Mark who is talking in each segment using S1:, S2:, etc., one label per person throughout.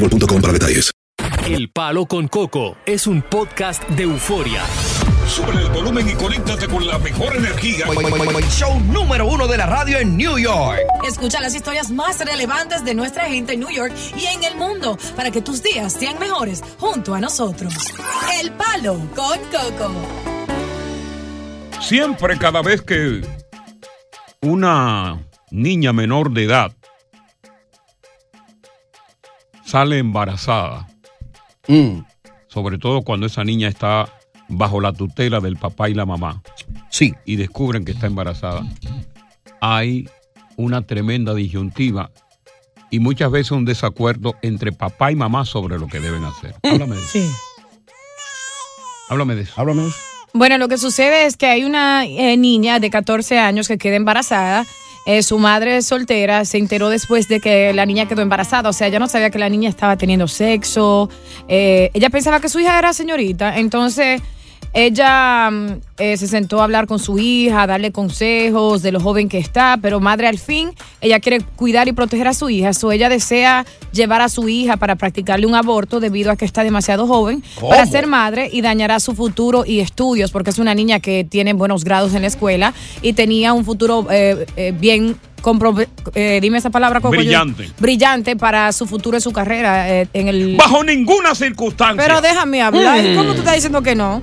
S1: para detalles.
S2: El Palo con Coco es un podcast de euforia.
S3: Sube el volumen y conéctate con la mejor energía.
S4: Show número uno de la radio en New York.
S5: Escucha las historias más relevantes de nuestra gente en New York y en el mundo para que tus días sean mejores junto a nosotros. El Palo con Coco.
S3: Siempre, cada vez que una niña menor de edad sale embarazada,
S6: Mm,
S3: sobre todo cuando esa niña está bajo la tutela del papá y la mamá,
S6: sí,
S3: y descubren que está embarazada, hay una tremenda disyuntiva y muchas veces un desacuerdo entre papá y mamá sobre lo que deben hacer. Háblame de eso. Háblame de eso.
S6: háblame.
S7: Bueno, lo que sucede es que hay una eh, niña de 14 años que queda embarazada. Eh, su madre es soltera se enteró después de que la niña quedó embarazada. O sea, ella no sabía que la niña estaba teniendo sexo. Eh, ella pensaba que su hija era señorita. Entonces, ella mm, eh, se sentó a hablar con su hija, a darle consejos de lo joven que está. Pero madre, al fin, ella quiere cuidar y proteger a su hija. So, ella desea llevar a su hija para practicarle un aborto debido a que está demasiado joven para ser madre y dañará su futuro y estudios, porque es una niña que tiene buenos grados en la escuela y tenía un futuro eh, eh, bien compro- eh, dime esa palabra Coco, yo-
S3: Brillante.
S7: brillante para su futuro y su carrera eh, en el
S3: Bajo ninguna circunstancia. Mm.
S7: pero déjame hablar cómo tú estás diciendo que no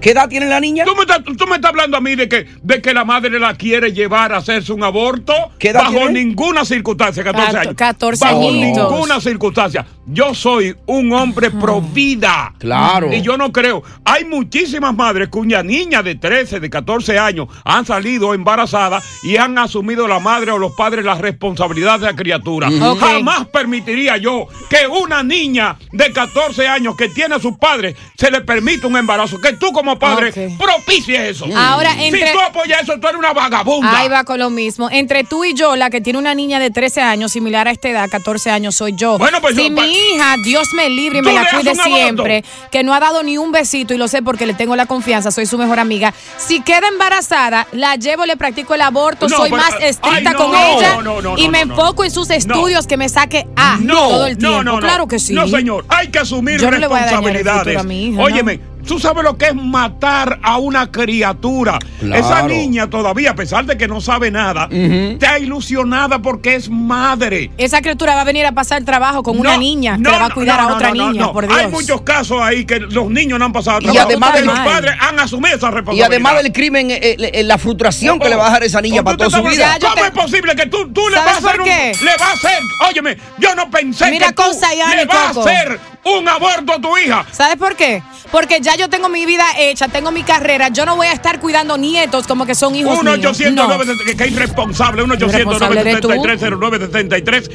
S4: ¿Qué edad tiene la niña?
S3: ¿Tú me, estás, tú me estás hablando a mí de que, de que la madre la quiere llevar a hacerse un aborto
S4: ¿Qué edad
S3: bajo
S4: tiene?
S3: ninguna circunstancia, 14
S7: Cato-
S3: años.
S7: 14
S3: bajo
S7: añitos.
S3: ninguna circunstancia. Yo soy un hombre pro vida.
S6: Claro.
S3: Y yo no creo. Hay muchísimas madres cuya niña de 13, de 14 años han salido embarazadas y han asumido la madre o los padres la responsabilidad de la criatura.
S7: Ok.
S3: Jamás permitiría yo que una niña de 14 años que tiene a sus padres se le permita un embarazo. Que tú como padre
S7: Ok.
S3: propicies eso.
S7: Ahora, entre-
S3: Si tú apoyas eso, tú eres una vagabunda.
S7: Ahí va con lo mismo. Entre tú y yo, la que tiene una niña de 13 años, similar a esta edad, 14 años, soy yo.
S3: Bueno, pues
S7: si
S3: yo-
S7: mi hija, Dios me libre y me
S3: Tú
S7: la
S3: le haces
S7: cuide
S3: un aborto.
S7: siempre, que no ha dado ni un besito, y lo sé porque le tengo la confianza, soy su mejor amiga. Si queda embarazada, la llevo, le practico el aborto,
S3: No,
S7: soy
S3: pero-
S7: más estricta
S3: ay, no,
S7: con
S3: no,
S7: ella
S3: no, no,
S7: y
S3: no,
S7: me
S3: no, no.
S7: enfoco en sus estudios que me saque A todo el tiempo.
S3: No, no,
S7: claro que sí.
S3: No, señor, hay que asumir
S7: Yo no le voy a dañar el
S3: responsabilidades.
S7: futuro a mi hija,
S3: Óyeme, tú sabes lo que es matar a una criatura.
S6: Claro.
S3: Esa niña todavía, a pesar de que no sabe nada, está ilusionada porque es madre.
S7: Esa criatura va a venir a pasar trabajo con una
S3: No,
S7: niña
S3: no,
S7: Ah, que la va a
S3: no,
S7: cuidar
S3: no,
S7: a
S3: no,
S7: otra
S3: no, no,
S7: niña,
S3: no.
S7: por Dios.
S3: Hay muchos casos ahí que los niños no han pasado
S7: Y
S3: trabajo.
S4: además
S3: que
S4: del-
S3: los padres han asumido esa
S4: Y
S3: responsabilidad.
S4: además del crimen, eh, eh, eh, la frustración que le va a dejar esa niña para
S3: ¿Cómo tú
S4: toda
S3: te
S4: su
S3: estás-
S4: vida.
S7: Ya, yo
S3: ¿Cómo
S7: te-
S3: es posible que tú, tú le
S7: ¿Sabes
S3: vas a hacer
S7: por
S3: un,
S7: qué?
S3: le vas a hacer, óyeme, yo no pensé
S7: Mira
S3: que tú
S7: con Sayani,
S3: le vas a
S7: Coco.
S3: hacer un aborto a tu hija.
S7: ¿Sabes por qué? Porque ya yo tengo mi vida hecha, tengo mi carrera, yo no voy a estar cuidando nietos como que son hijos míos.
S3: 1-800-973, que, que irresponsable, 1-800-973-0973,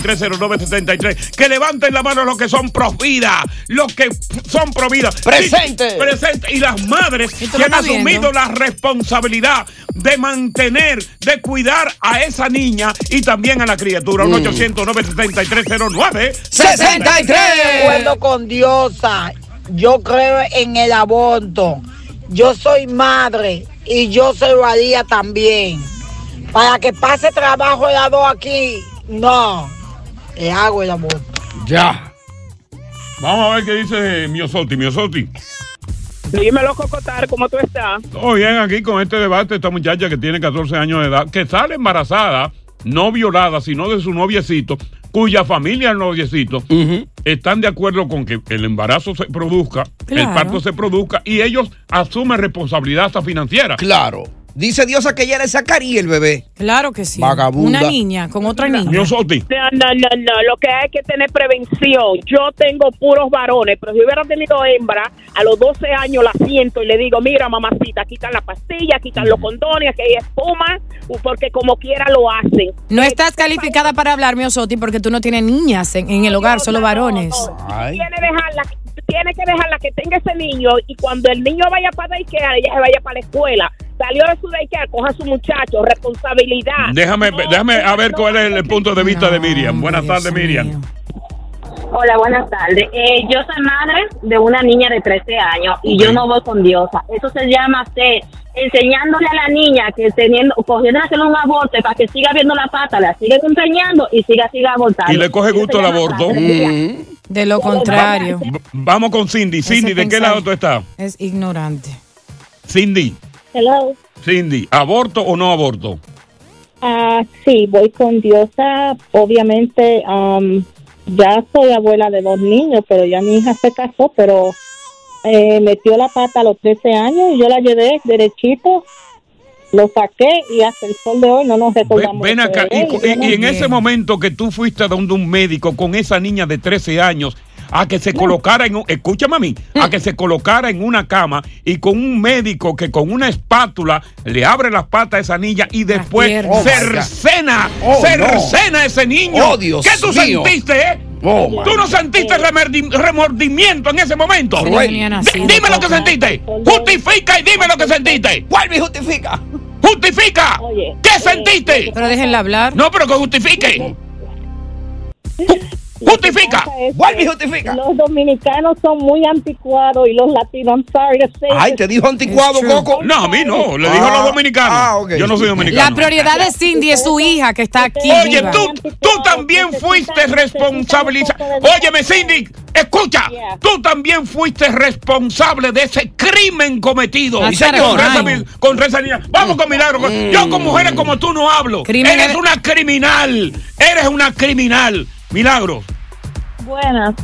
S3: 1-800-973-0973, que levanten la mano los que son pro vida, los que son pro vida.
S4: Presente.
S3: Sí, presente. Y las madres
S7: ¿Y tú
S3: que
S7: lo
S3: han
S7: estás
S3: asumido
S7: viendo?
S3: la responsabilidad de mantener, de cuidar a esa niña y también a la criatura.
S8: Mm.
S3: 1 800 973
S8: De acuerdo con Diosa. Yo creo en el aborto. Yo soy madre y yo se lo haría también. Para que pase trabajo el dos aquí, no. Le hago el aborto.
S3: Ya. Vamos a ver qué dice Miosotti. Miosotti.
S9: Dímelo, Cocotar, ¿cómo tú estás?
S3: Todo bien aquí con este debate, esta muchacha que tiene 14 años de edad, que sale embarazada, no violada, sino de su noviecito, cuya familia el noviecito están de acuerdo con que el embarazo se produzca,
S4: Claro.
S3: el parto se produzca y ellos asumen responsabilidad hasta financiera.
S4: Claro. Dice Diosa que ella le sacaría el bebé.
S7: Claro que sí.
S4: Vagabunda.
S7: Una niña con otra niña.
S9: No, no, no, no, lo que hay que tener prevención. Yo tengo puros varones, pero si hubiera tenido hembra, a los 12 años la siento y le digo, mira mamacita, quitan la pastilla, quitan los condones, que hay espuma, porque como quiera lo hacen.
S7: No estás calificada para hablar, Miosotti, porque tú no tienes niñas en, en el hogar, solo varones.
S9: Tiene, dejarla, tiene que dejarla que tenga ese niño y cuando el niño vaya para daycare, ella se vaya para la escuela. Salió de su daycare, coja a su muchacho, responsabilidad.
S3: Déjame, déjame a ver cuál es el punto de vista de Miriam. Buenas tardes, Miriam.
S10: Hola, buenas tardes. Eh, yo soy madre de una niña de 13 años y
S3: Ok.
S10: yo no voy con diosa. Eso se llama ser enseñándole a la niña que teniendo, cogiendo hacerle un aborto para que siga viendo la pata, la siga enseñando y siga, siga abortando.
S3: Y le coge
S10: Eso se
S3: gusto el
S10: llama
S3: aborto.
S10: madre.
S7: De lo contrario,
S3: V- Vamos con Cindy. Cindy, ¿de
S7: mensaje.
S3: qué lado tú estás?
S7: es ignorante.
S3: Cindy,
S11: Hello.
S3: Cindy, ¿aborto o no aborto?
S11: Ah, sí, voy con Diosa. Obviamente, am, ya soy abuela de dos niños, pero ya mi hija se casó, pero eh, metió la pata a los 13 años y yo la llevé derechito, lo saqué y hasta el sol de hoy no nos recordamos.
S3: Ven
S11: de
S3: acá,
S11: ella
S3: y, co- y-
S11: yo no-
S3: y en ese momento que tú fuiste a donde un médico con esa niña de 13 años a que se colocara en un, escúchame a mí, a
S4: Mm.
S3: que se colocara en una cama y con un médico que con una espátula le abre las patas a esa niña y después
S4: piernas. Oh, my God.
S3: cercena,
S4: Oh, no.
S3: cercena a ese niño.
S4: Oh, Dios
S3: ¿Qué tú
S4: mío.
S3: sentiste, eh?
S4: Oh, my
S3: ¿Tú no sentiste remerdi- remordimiento en ese momento?
S4: Sí, no
S3: Bueno.
S4: tenía
S3: Di-
S4: nacido,
S3: Dime lo que sentiste. Justifica y dime lo que sentiste.
S4: Vuelve y justifica.
S3: Justifica. ¿Qué sentiste?
S7: Pero déjenla hablar.
S3: No, pero que justifique. Justifica.
S11: Este,
S4: Vuelve y justifica.
S11: Los dominicanos son muy anticuados y los latinos, I'm sorry to say
S4: Ay,
S11: this.
S4: te dijo anticuado, Coco. Ah.
S3: No, a mí no. Le dijo a los dominicanos. Yo no soy
S7: La
S3: dominicano.
S7: prioridad de Cindy es su hija que está aquí.
S3: Oye,
S7: viva.
S3: tú, tú también fuiste responsabilizado. Óyeme, Cindy, escucha. Tú también fuiste responsable de ese crimen cometido.
S7: Ah,
S4: Sí, señor.
S3: Con esa mil- Con Reza Niña. Vamos con Milagro.
S7: Mm.
S3: Yo con mujeres como tú no hablo.
S4: Crimen-
S3: Eres una criminal. Eres una criminal. Milagro.
S11: Buenas.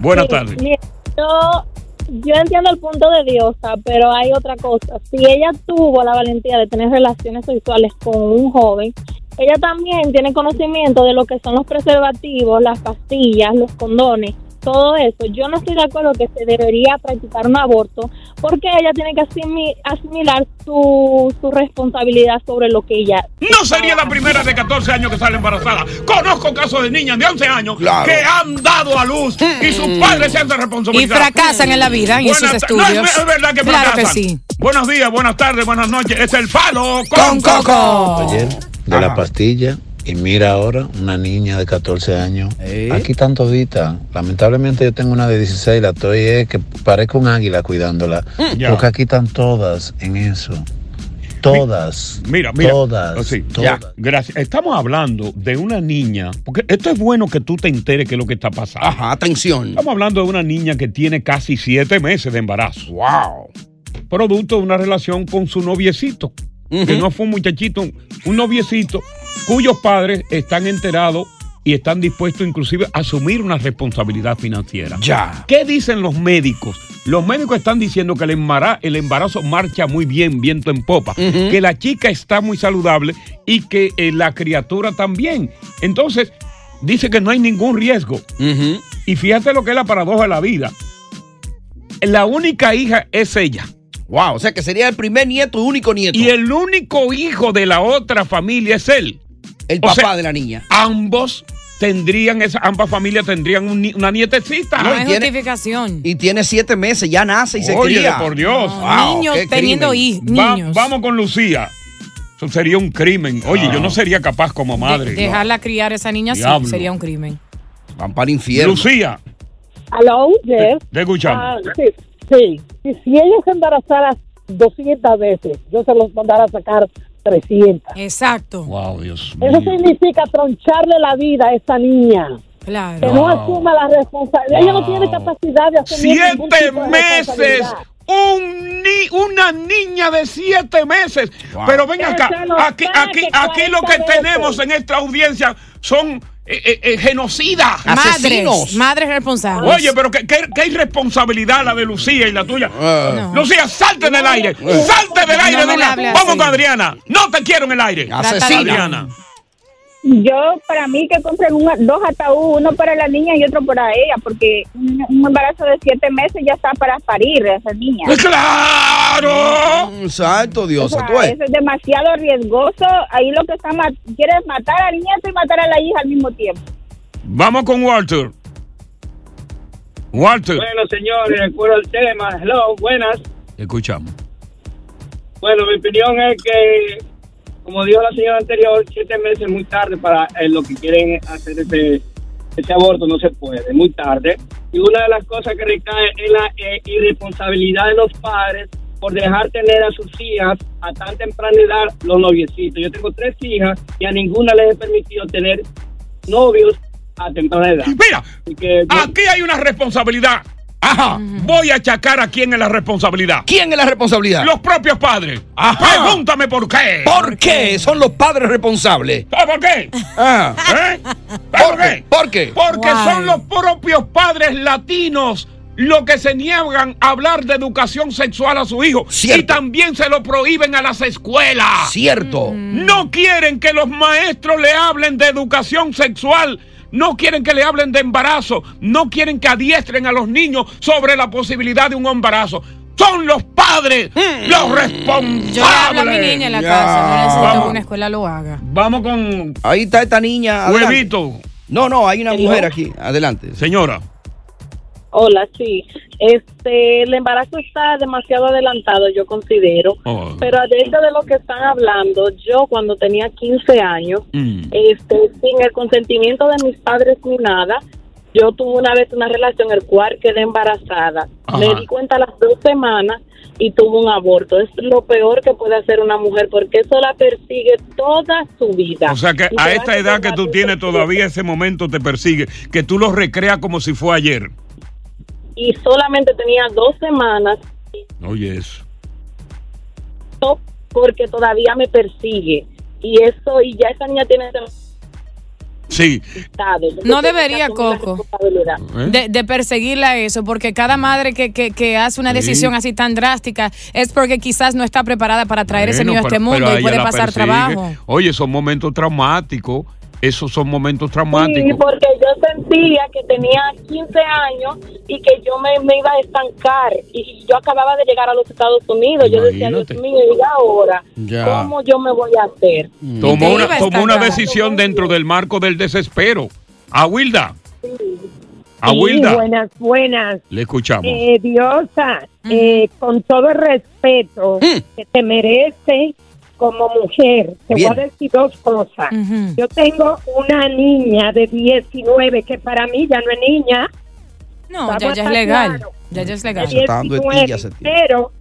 S3: Buenas
S11: Sí,
S3: tardes.
S11: mira, Yo, yo entiendo el punto de Diosa, pero hay otra cosa. Si ella tuvo la valentía de tener relaciones sexuales con un joven, ella también tiene conocimiento de lo que son los preservativos, las pastillas, los condones. Todo eso, yo no estoy de acuerdo que se debería practicar un aborto porque ella tiene que asimi- asimilar su, su responsabilidad sobre lo que ella
S3: No sería la primera de 14 años que sale embarazada. Conozco casos de niñas de 11 años
S4: Claro.
S3: que han dado a luz y sus padres se han responsabilizado.
S7: Mm. Y fracasan en la vida, en
S3: Buenas
S7: esos
S3: ta-
S7: estudios.
S3: No, es, es verdad que
S7: Claro
S3: fracasan.
S7: que sí.
S3: Buenos días, buenas tardes, buenas noches. Es el palo
S7: Con Coco.
S12: ayer de la pastilla y mira ahora una niña de 14 años.
S3: Eh.
S12: Aquí están toditas. Lamentablemente yo tengo una de 16, la estoy es que parezco un águila cuidándola.
S3: Mm. Ya.
S12: Porque aquí están todas en eso. Todas.
S3: Mira, mira.
S12: Todas.
S3: Oh, sí,
S12: todas.
S3: ya, gracias. Estamos hablando de una niña, porque esto es bueno que tú te enteres qué es lo que está pasando. Ajá, atención. Estamos hablando de una niña que tiene casi siete meses de embarazo. ¡Wow! Producto de una relación con su noviecito, que no fue un muchachito, un- un noviecito cuyos padres están enterados y están dispuestos inclusive a asumir una responsabilidad financiera.
S4: Ya.
S3: ¿Qué dicen los médicos? Los médicos están diciendo que el embarazo, el embarazo marcha muy bien, viento en popa, que la chica está muy saludable y que eh, la criatura también. Entonces, dice que no hay ningún riesgo. Y fíjate lo que es la paradoja de la vida. La única hija es ella. Wow, o sea que sería el primer nieto, único nieto. Y el único hijo de la otra familia es él. El
S4: papá de la niña.
S3: Ambos tendrían, esa, ambas familias tendrían un ni- una nietecita.
S7: No hay justificación.
S4: Y tiene siete meses, ya nace y se
S3: Oye,
S4: cría.
S3: por Dios.
S7: No, Wow, niños qué teniendo crimen. hij-
S3: Va-
S7: niños.
S3: vamos con Lucía. Eso sería un crimen. Oye, yo no sería capaz como madre.
S7: De- dejarla criar a esa niña sí,
S3: Diablo.
S7: sería un crimen.
S3: Van para infierno. Lucía,
S13: Hello, yes.
S3: te escuchamos.
S13: Ah, sí, sí. Y si ella se embarazara 200 veces, yo se los mandara a sacar 300.
S7: Exacto.
S3: Wow, Dios
S13: Eso significa troncharle la vida a esa niña.
S7: Claro.
S13: Que no asuma la responsabilidad. Ella no tiene capacidad de asumir ningún
S3: Siete
S13: tipo de
S3: meses.
S13: responsabilidad.
S3: Un ni- una niña de siete meses. Pero ven
S13: Que
S3: acá,
S13: se lo
S3: aquí, aquí,
S13: saque
S3: aquí lo que
S13: 40
S3: tenemos en esta audiencia son eh, eh, eh, genocidas.
S7: Madres, madres responsables.
S3: Oye, pero qué, qué- qué irresponsabilidad la de Lucía y la tuya.
S7: Ah.
S3: Lucía, salte del aire.
S7: Eh.
S3: Salte del aire
S7: No
S3: de
S7: me
S3: una.
S7: hable
S3: Vamos
S7: así.
S3: con Adriana. No te quiero en el aire.
S7: Asesina.
S3: Adriana.
S14: Yo, para mí, que compren un- dos ataúd, uno para la niña y otro para ella, porque un, un embarazo de siete meses ya está para parir a esa niña.
S3: ¡Claro!
S4: Mm, Exacto,
S14: O
S4: Diosa,
S14: sea,
S4: tú es.
S14: eso es demasiado riesgoso. Ahí lo que está ma- quiere es matar al nieto y matar a la hija al mismo tiempo.
S3: Vamos con Walter. Walter,
S15: Bueno, señores, de acuerdo al tema. Hello, buenas.
S3: escuchamos.
S15: Bueno, mi opinión es que, como dijo la señora anterior, siete meses es muy tarde para eh, lo que quieren hacer ese, ese aborto. No se puede, muy tarde. Y una de las cosas que recae es la eh, irresponsabilidad de los padres por dejar tener a sus hijas a tan temprana edad los noviecitos. Yo tengo tres hijas y a ninguna les he permitido tener novios a temprana edad.
S3: Mira, aquí hay una responsabilidad. Ajá, voy a achacar a quién es la responsabilidad.
S4: ¿Quién es la responsabilidad?
S3: Los propios padres. Ajá. Pregúntame por qué.
S4: ¿Por qué son los padres responsables?
S3: ¿Sabes por qué?
S4: Ah.
S3: ¿Eh? ¿Sabes ¿Por qué?
S4: ¿Por qué?
S3: Porque
S4: Guay.
S3: son los propios padres latinos los que se niegan a hablar de educación sexual a su hijo. Y también se lo prohíben a las escuelas.
S4: Cierto.
S3: No quieren que los maestros le hablen de educación sexual. No quieren que le hablen de embarazo. No quieren que adiestren a los niños sobre la posibilidad de un embarazo. Son los padres los responsables.
S7: Mm. Yo le hablo a mi niña en la
S3: Ya.
S7: casa, no necesito
S3: Vamos.
S7: que una escuela lo haga.
S3: Vamos con.
S4: Ahí está esta niña. adelante.
S3: Huevito.
S4: No, no, hay una mujer aquí. Adelante.
S3: Señora.
S13: Hola, sí. Este, el embarazo está demasiado adelantado, yo considero.
S3: Oh.
S13: Pero adentro de lo que están hablando, yo cuando tenía 15 años,
S16: Mm.
S13: este, sin el consentimiento de mis padres ni nada, yo tuve una vez una relación, el cual quedé embarazada.
S17: Ajá.
S13: Me di cuenta a las dos semanas y tuve un aborto. Es lo peor que puede hacer una mujer porque eso la persigue toda su vida.
S3: O sea que
S13: Y te
S3: a
S13: va
S3: esta edad que tú tienes todavía ese momento te persigue, que tú lo recreas como si fue ayer.
S13: y solamente tenía dos semanas
S3: Oye, eso.
S13: no, porque todavía me persigue y eso y ya esa niña tiene esa
S3: Sí.
S13: amistades.
S7: No debería, Coco,
S3: ¿Eh?
S7: de, de perseguirla eso, porque cada madre que, que- que hace una
S3: Sí.
S7: decisión así tan drástica es porque quizás no está preparada para traer ese
S3: Bueno,
S7: niño a este
S3: pero-
S7: mundo
S3: pero a
S7: y
S3: ella
S7: puede
S3: la
S7: pasar
S3: persigue.
S7: trabajo.
S3: Oye, son momentos traumáticos. Esos son momentos
S13: Sí,
S3: traumáticos.
S13: porque yo sentía que tenía 15 años y que yo me, me iba a estancar y yo acababa de llegar a los Estados Unidos. Yo decía, Dios mío, ¿y ahora?
S3: Ya.
S13: ¿Cómo yo me voy a hacer?
S3: Tomó una,
S13: iba a
S3: tomó una
S13: estallar.
S3: decisión dentro del marco del desespero. A Wilda. A
S9: Sí,
S3: Wilda.
S9: buenas, buenas.
S3: Le escuchamos.
S9: Eh, Diosa, eh, con todo el respeto que te merece como mujer, te voy a
S18: Bien.
S9: decir dos cosas. Yo tengo una niña de 19 que para mí ya no es niña.
S7: No, ya,
S9: Vamos a
S7: ya es
S9: estar
S7: legal.
S9: claros.
S7: Ya, ya es
S9: de
S7: legal.
S9: 19, pero,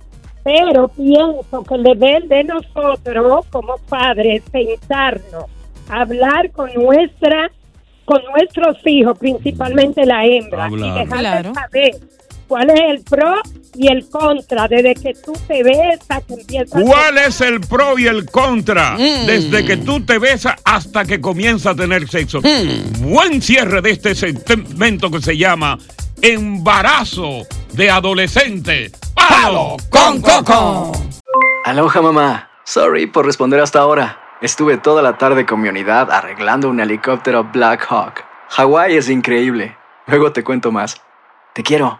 S9: pero pienso que el deber de nosotros como padres sentarnos, hablar con nuestra, con nuestros hijos, principalmente la hembra,
S19: Hablar.
S9: y dejarles
S19: Claro.
S9: saber cuál es el pro y el contra desde que tú te besas, que empiezas
S3: ¿Cuál es el pro y el contra? Desde que tú te besas hasta que comienza a tener sexo. Buen cierre de este segmento que se llama Embarazo de Adolescente. ¡Palo con coco!
S20: Aloha mamá. Sorry por responder hasta ahora. Estuve toda la tarde con mi unidad arreglando un helicóptero Black Hawk. Hawái es increíble. Luego te cuento más. Te quiero.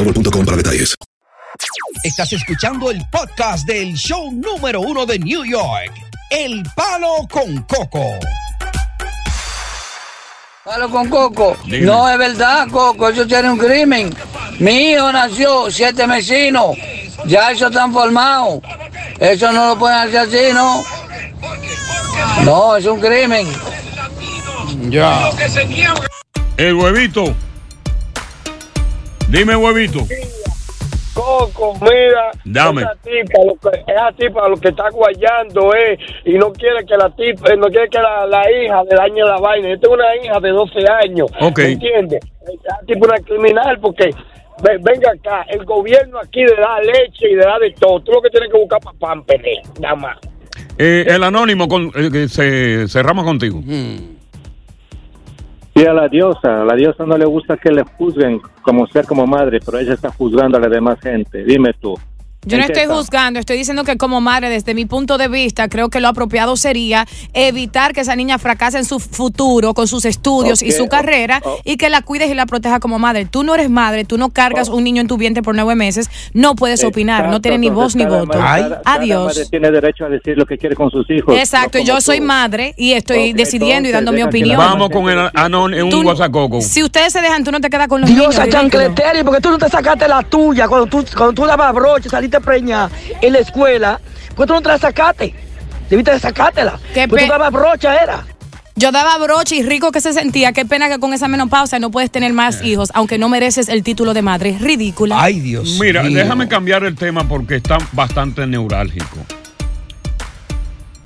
S1: para detalles.
S2: Estás escuchando el podcast del show número uno de New York, El Palo con Coco.
S21: Palo con Coco. No es verdad, Coco. Eso tiene un crimen. Mi hijo nació siete vecinos. Ya eso están formados. Eso no lo pueden hacer así, ¿no? No, es un crimen.
S3: Ya. El huevito. Dime, huevito.
S17: Coco, mira,
S3: Dame.
S17: esa tipa, lo que, esa tipa lo que está guayando es y no quiere que la tipa, eh, no quiere que la, la hija le dañe la vaina. Yo tengo una hija de 12 años,
S3: Ok.
S17: ¿me ¿entiendes? Esa tipa es una criminal porque ve- venga acá, el gobierno aquí le da leche y le da de todo. Tú lo que tienes que buscar para pampere, nada más.
S3: Eh, el anónimo, con, eh, que se, cerramos contigo.
S18: Y a la diosa, a la diosa no le gusta que le juzguen como ser como madre, pero ella está juzgando a la demás gente. Dime tú.
S7: Yo no
S18: ¿en qué
S7: estoy
S18: está?
S7: juzgando, estoy diciendo que como madre, desde mi punto de vista, creo que lo apropiado sería evitar que esa niña fracase en su futuro, con sus estudios y
S21: Ok,
S7: su
S21: o-
S7: carrera,
S21: o-
S7: y que la cuides y la protejas como madre. Tú no eres madre, tú no cargas
S18: Oh.
S7: un niño en tu vientre por nueve meses, no puedes opinar, no tienes ni voz
S18: Entonces,
S7: ni
S18: cada
S7: voto.
S18: madre- cada- cada madre
S7: Adiós.
S18: tiene derecho a decir lo que quiere con sus hijos.
S7: Exacto,
S18: no como
S7: yo soy
S18: tú.
S7: madre y estoy
S18: Ok,
S7: decidiendo y dando mi
S18: entonces,
S7: opinión.
S3: Vamos con el anónimo, un
S7: Tú-
S3: guasacoco.
S7: Si ustedes se dejan, tú no te quedas con los niños.
S19: Diosa
S7: ridículo.
S19: chancleteri, porque tú no te sacaste la tuya cuando tú, cuando tú dabas broche, saliste preñada en la escuela, porque tú no te la sacaste. Debiste de sacártela.
S7: Qué
S19: Porque tú
S7: pe-
S19: dabas brocha, era.
S7: Yo daba broche y rico que se sentía. Qué pena que con esa menopausia no puedes tener
S19: Eh.
S7: más hijos, aunque no mereces el título de madre. Ridícula.
S3: Ay, Dios. Mira,
S7: mío.
S3: déjame cambiar el tema porque está bastante neurálgico.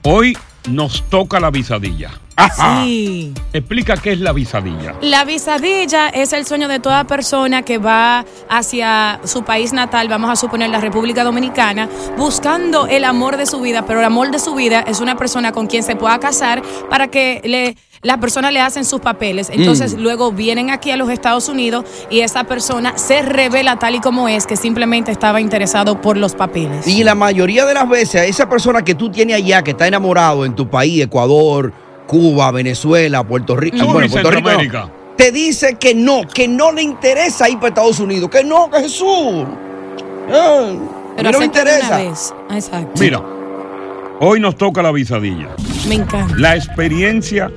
S3: Hoy nos toca la visadilla.
S7: Sí.
S3: Explica qué es la visadilla.
S7: La visadilla es el sueño de toda persona que va hacia su país natal, vamos a suponer la República Dominicana, buscando el amor de su vida, pero el amor de su vida es una persona con quien se pueda casar para que le las personas le hacen sus papeles. Entonces
S22: Mm.
S7: luego vienen aquí a los Estados Unidos y esa persona se revela tal y como es, que simplemente estaba interesado por los papeles.
S4: Y la mayoría de las veces, a esa persona que tú tienes allá, que está enamorado en tu país, Ecuador, Cuba, Venezuela, Puerto Rico,
S3: Sur y
S4: Puerto Rico no.
S3: Centroamérica.
S4: te dice que no, que no le interesa ir para Estados Unidos, que no, que Jesús. eh, a mí no me
S7: acéptate de
S4: interesa.
S7: una vez. Exacto.
S3: Mira, hoy nos toca la visadilla.
S7: Me encanta.
S3: La experiencia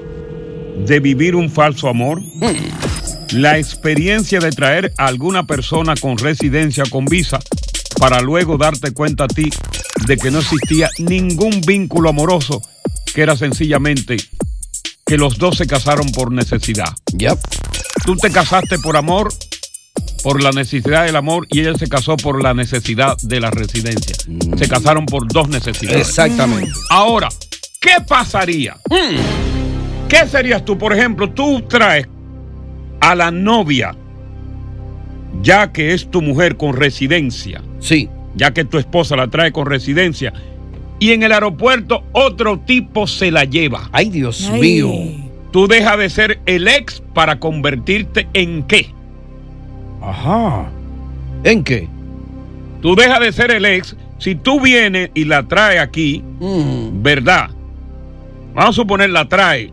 S3: de vivir un falso amor.
S7: Mm.
S3: La experiencia de traer a alguna persona con residencia con visa para luego darte cuenta a ti de que no existía ningún vínculo amoroso, que era sencillamente que los dos se casaron por necesidad. Tú te casaste por amor, por la necesidad del amor, y ella se casó por la necesidad de la residencia. Se casaron por dos necesidades. Mm.
S4: Exactamente.
S3: Ahora, ¿qué pasaría?
S4: Mm.
S3: ¿Qué serías tú? Por ejemplo, tú traes a la novia, ya que es tu mujer con residencia.
S4: Sí.
S3: Ya que tu esposa la trae con residencia. Y en el aeropuerto otro tipo se la lleva.
S4: Ay, Dios
S3: Ay.
S4: mío.
S3: Tú dejas de ser el ex para convertirte en qué?
S4: Ajá. ¿En qué?
S3: Tú dejas de ser el ex si tú vienes y la traes aquí,
S4: Mm.
S3: ¿verdad? Vamos a suponer la trae.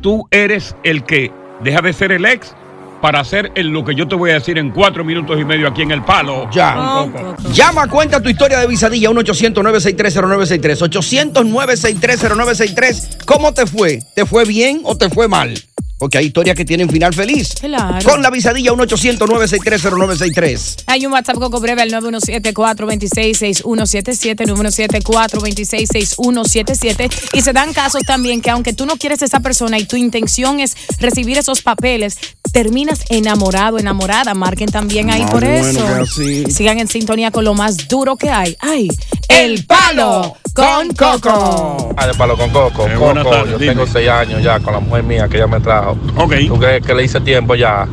S3: Tú eres el que deja de ser el ex para hacer el- lo que yo te voy a decir en cuatro minutos y medio aquí en el palo.
S4: Ya. Llama, cuenta tu historia de visadilla 1 800 963 800 963 ¿Cómo te fue? ¿Te fue bien o te fue mal? Porque hay historias que tienen final feliz.
S7: Claro.
S4: Con la visadilla 1 800 963
S7: Hay un WhatsApp coco breve al 917-426-6177, número 7-426-6177. Y se dan casos también que aunque tú no quieres a esa persona y tu intención es recibir esos papeles, terminas enamorado, enamorada. Marquen también ahí
S23: Más
S7: por
S23: bueno
S7: eso.
S23: que así.
S7: Sigan en sintonía con lo más duro que hay. ¡Ay! El palo con coco.
S16: Ah, de palo con Coco.
S3: buenas
S16: Coco,
S3: tardes,
S16: yo
S3: dime.
S16: tengo seis años ya con la mujer mía que ella me trajo. ¿Tú crees que le hice tiempo ya?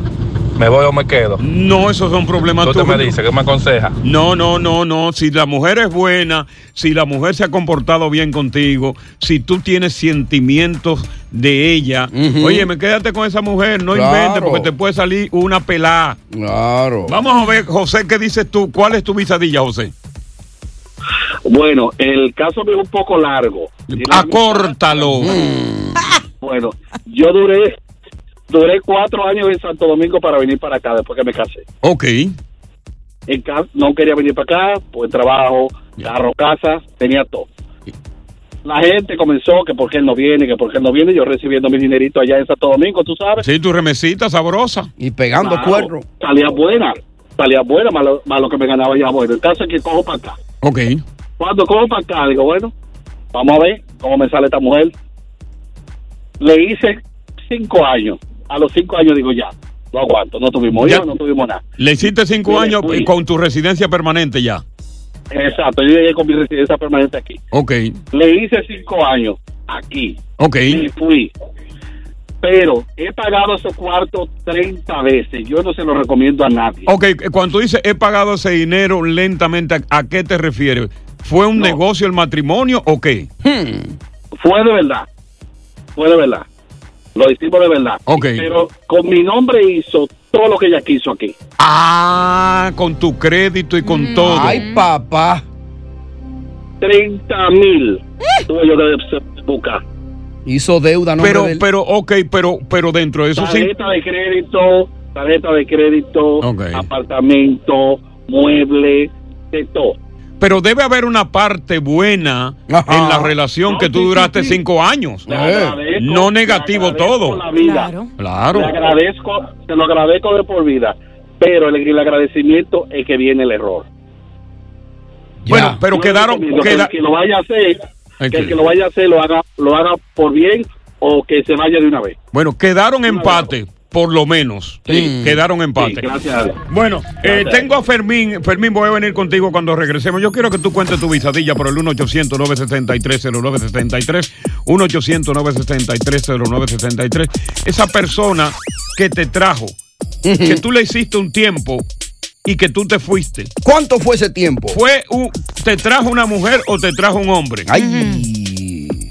S16: ¿Me voy o me quedo?
S3: No, esos son problemas
S16: ¿Tú te
S3: tuyos.
S16: me dices? ¿Qué me aconseja?
S3: No, no, no, no. Si la mujer es buena, si la mujer se ha comportado bien contigo, si tú tienes sentimientos de ella, oye, me quédate con esa mujer, no
S4: Claro.
S3: inventes porque te puede salir una pelada.
S4: Claro.
S3: Vamos a ver, José, ¿qué dices tú? ¿Cuál es tu visadilla, José?
S24: Bueno, el caso mío es un poco largo.
S3: Acórtalo.
S24: Bueno, yo duré duré cuatro años en Santo Domingo para venir para acá después que me casé.
S3: Ok.
S24: En ca- no quería venir para acá, pues trabajo, carro, casa, tenía todo. La gente comenzó que por qué él no viene, que por qué él no viene, yo recibiendo mi dinerito allá en Santo Domingo, tú sabes.
S3: Sí, tu remesita sabrosa.
S4: Y pegando
S24: Claro,
S4: cuerno.
S24: Salía buena, salía buena, más lo, más lo que me ganaba ya bueno. El caso es que cojo para acá.
S3: Ok.
S24: Cuando cojo para acá, digo, bueno, vamos a ver cómo me sale esta mujer. Le hice cinco años. A los cinco años digo, ya, no aguanto, no tuvimos
S3: Ya-
S24: hijos, no tuvimos nada.
S3: Le hiciste cinco
S24: Yo le
S3: años
S24: fui.
S3: eh, con tu residencia permanente ya.
S24: Exacto, yo llegué con mi residencia permanente aquí.
S3: Ok,
S24: Le hice cinco años aquí.
S3: ok.
S24: Y fui. Pero he pagado esos cuartos 30 veces. Yo no se lo recomiendo a nadie.
S3: Ok, cuando tú dices he pagado ese dinero lentamente, ¿a- ¿a qué te refieres? ¿Fue un negocio el matrimonio o qué?
S24: Fue de verdad. Fue de verdad. Lo hicimos de verdad.
S3: Ok.
S24: Pero con mi nombre hizo todo lo que ella quiso aquí.
S3: Ah, con tu crédito y con todo.
S24: Ay,
S4: papá.
S24: 30 mil tuve yo que buscar.
S4: Hizo deuda, ¿no?
S3: Pero, pero, ok, pero, pero dentro de eso sí.
S24: Tarjeta de crédito, tarjeta de crédito, apartamento, mueble, de todo.
S3: Pero debe haber una parte buena en la relación que tú duraste cinco años.
S24: Le agradezco,
S3: No negativo todo.
S24: La vida.
S3: Claro.
S24: Le agradezco, se lo agradezco de por vida. Pero el, el agradecimiento es que viene el error.
S3: Bueno, pero
S24: Yo
S3: quedaron.
S24: recomiendo que el
S3: queda-
S24: que lo vaya a hacer, que
S3: Ok.
S24: el que lo vaya a hacer lo haga, lo haga por bien o que se vaya de una vez.
S3: Bueno, quedaron empate, por lo menos. Mm. Quedaron empate.
S24: gracias a Dios.
S3: Bueno, eh, tengo a Fermín. Fermín, voy a venir contigo cuando regresemos. Yo quiero que tú cuentes tu visadilla por el 1-800-963-0963. 1-800-963-0963. Esa persona que te trajo, que tú le hiciste un tiempo y que tú te fuiste.
S4: ¿Cuánto fue ese tiempo?
S3: ¿Fue un, ¿Te trajo una mujer o te trajo un hombre?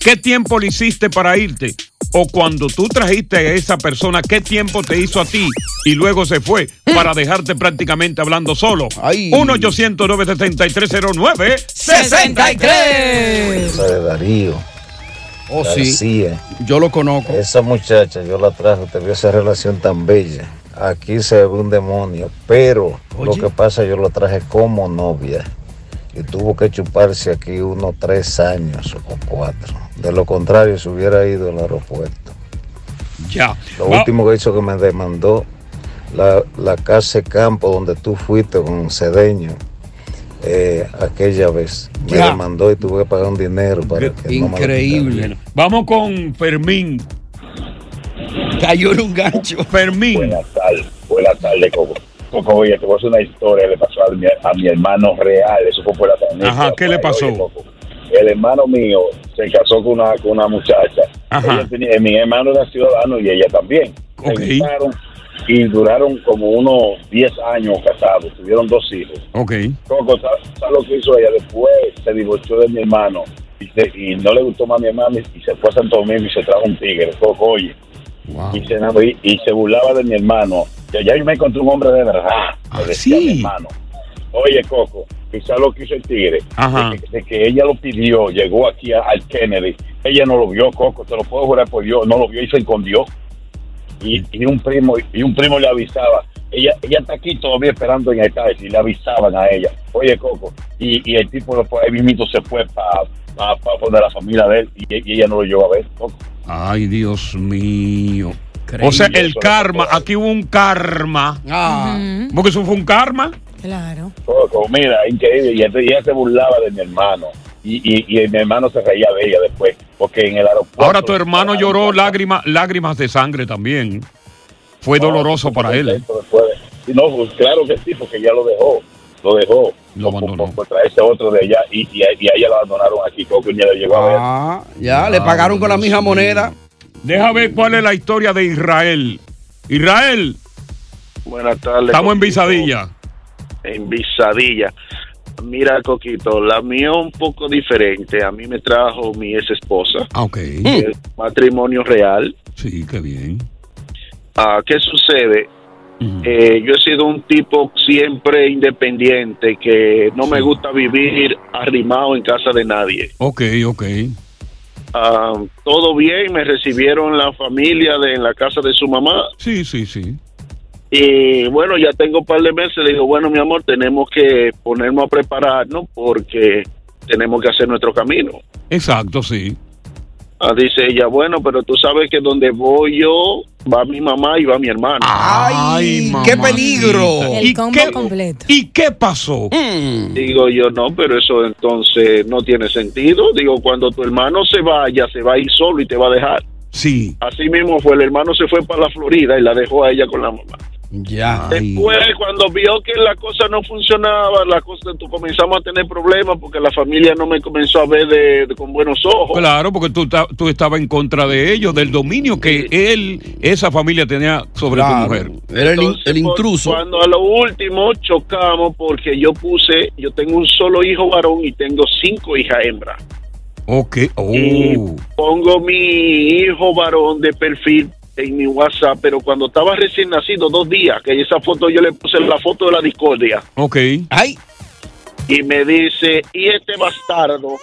S3: ¿Qué tiempo le hiciste para irte? O cuando tú trajiste a esa persona, ¿qué tiempo te hizo a ti? Y luego se fue para dejarte prácticamente hablando solo. 1 800 96309
S16: 63.
S25: La de Darío.
S4: Oh, sí.
S25: García.
S4: Yo lo conozco.
S25: Esa muchacha, yo la traje, te vio esa relación tan bella. Aquí se ve un demonio, pero lo
S26: Oye.
S25: que pasa, yo la traje como novia. Y tuvo que chuparse aquí unos tres años o cuatro. De lo contrario, se hubiera ido al aeropuerto.
S3: Ya.
S25: Lo último que hizo que me demandó la, la casa de campo donde tú fuiste con Cedeño eh, aquella vez. Me
S3: Ya.
S25: demandó y tuve que pagar un dinero para que no me lo
S3: Increíble. Vamos con Fermín. Cayó en un gancho. Fermín.
S26: Buenas tardes, buenas tardes, Coco. Coco, oye, te voy a hacer una historia, le pasó a mi, a mi hermano real, eso fue por la tarde.
S3: Ajá, ¿qué le pasó?
S26: El hermano mío se casó con una, con una muchacha.
S3: Ajá.
S26: Ella tenía- mi hermano era ciudadano y ella también. Se casaron y duraron como unos 10 años casados, tuvieron dos hijos.
S3: Ok.
S26: Coco, ¿sabes sabes lo que hizo ella? Después se divorció de mi hermano y, se- y no le gustó más a mi hermano y se fue a Santo Domingo y se trajo un tigre. Coco, oye. Y, se, enamoró y- y se burlaba de mi hermano. Ya, ya yo me encontré un hombre de verdad. le decía a mi hermano. Oye, Coco, quizá lo que hizo el tigre.
S3: Ajá.
S26: De que, de que ella lo pidió, llegó aquí a- al Kennedy. Ella no lo vio, Coco, te lo puedo jurar por Dios, no lo vio y se escondió. Y, y un primo y un primo le avisaba. Ella, ella está aquí todavía esperando en el taxi y le avisaban a ella. Oye, Coco. Y, y el tipo después, ahí mismito se fue para pa, pa donde la familia de él y, y ella no lo llevó a ver, Coco.
S3: Ay, Dios mío. O sea, el
S26: Eso es
S3: karma. Aquí hubo un karma. Porque eso fue un karma.
S26: Claro. mira, increíble. Y entonces ella se burlaba de mi hermano. Y, y, y mi hermano se reía de ella después. Porque en el aeropuerto.
S3: Ahora tu hermano lloró lágrimas, lágrimas de sangre también. Fue doloroso para él.
S26: Y no, pues, claro que sí, porque ya lo dejó, lo dejó. Lo abandonó. Por traerse otro de allá y, y, y a ella la abandonaron aquí, Coco, y ya la llegó a
S3: Ah,
S26: ver.
S4: Ya, le pagaron con la misma moneda.
S3: Deja ver cuál es la historia de Israel. Israel,
S23: Buenas tardes.
S3: estamos en
S23: Coquito.
S3: Visadilla.
S23: En Visadilla. Mira, Coquito, la mía un poco diferente. A mí me trajo mi ex esposa.
S3: Ah, ok.
S23: Es Matrimonio real.
S3: Sí, qué bien.
S23: Ah, ¿Qué sucede? Eh, yo he sido un tipo siempre independiente, que no me gusta vivir arrimado en casa de nadie.
S3: Ok, ok.
S23: Ah, todo bien, me recibieron la familia de, en la casa de su mamá.
S3: Sí, sí, sí.
S23: Y bueno, ya tengo un par de meses. Le digo, bueno, mi amor, tenemos que ponernos a prepararnos porque tenemos que hacer nuestro camino.
S3: Exacto, sí.
S23: Ah, dice ella, bueno, pero tú sabes que donde voy yo va mi mamá y va mi hermana.
S3: ¡Ay,
S23: qué peligro! Mm.
S7: El combo completo.
S3: ¿Y qué pasó?
S23: Digo yo, no, pero eso entonces no tiene sentido. Digo, cuando tu hermano se vaya, se va a ir solo y te va a dejar.
S3: Sí.
S23: Así mismo fue, el hermano se fue para la Florida y la dejó a ella con la mamá.
S4: Ya.
S23: Después, cuando vio que la cosa no funcionaba, la cosa, tú comenzamos a tener problemas porque la familia no me comenzó a ver de- de- con buenos ojos.
S3: Claro, porque tú, ta- tú estabas en contra de ellos, del dominio que él, esa familia tenía sobre
S23: Claro.
S3: tu mujer.
S4: Era
S23: Entonces, por- Cuando a lo último chocamos porque yo puse, yo tengo un solo hijo varón y tengo cinco hijas hembras.
S3: Ok. Oh.
S23: Y pongo mi hijo varón de perfil en mi WhatsApp, pero cuando estaba recién nacido, dos días, que esa foto yo le puse la foto de la discordia.
S3: Ok.
S4: Ay.
S23: Y me dice, ¿y este bastardo?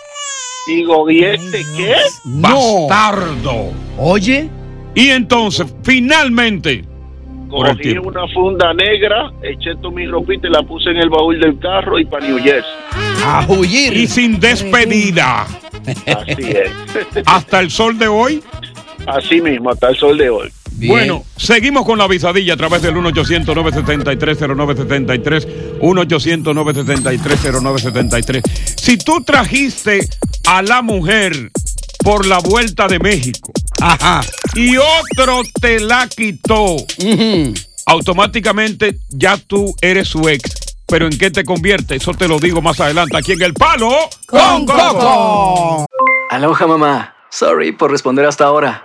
S23: Digo, ¿y este qué?
S3: Bastardo.
S4: Oye.
S3: Y entonces, finalmente. por el
S23: Cogí
S3: tiempo.
S23: una funda negra, eché toda mi ropita y la puse en el baúl del carro y para New Jersey.
S3: A huir. Y sin despedida.
S23: Así es.
S3: Hasta el sol de hoy.
S23: eh. Así mismo, hasta el sol de hoy.
S3: Bueno, seguimos con la visadilla a través del 1-800-973-0973, 1-800-973-0973. Si tú trajiste a la mujer por la vuelta de México y otro te la quitó, automáticamente ya tú eres su ex. Pero ¿en qué te convierte? Eso te lo digo más adelante aquí en El Palo con Coco.
S20: Aloha mamá. Sorry por responder hasta ahora.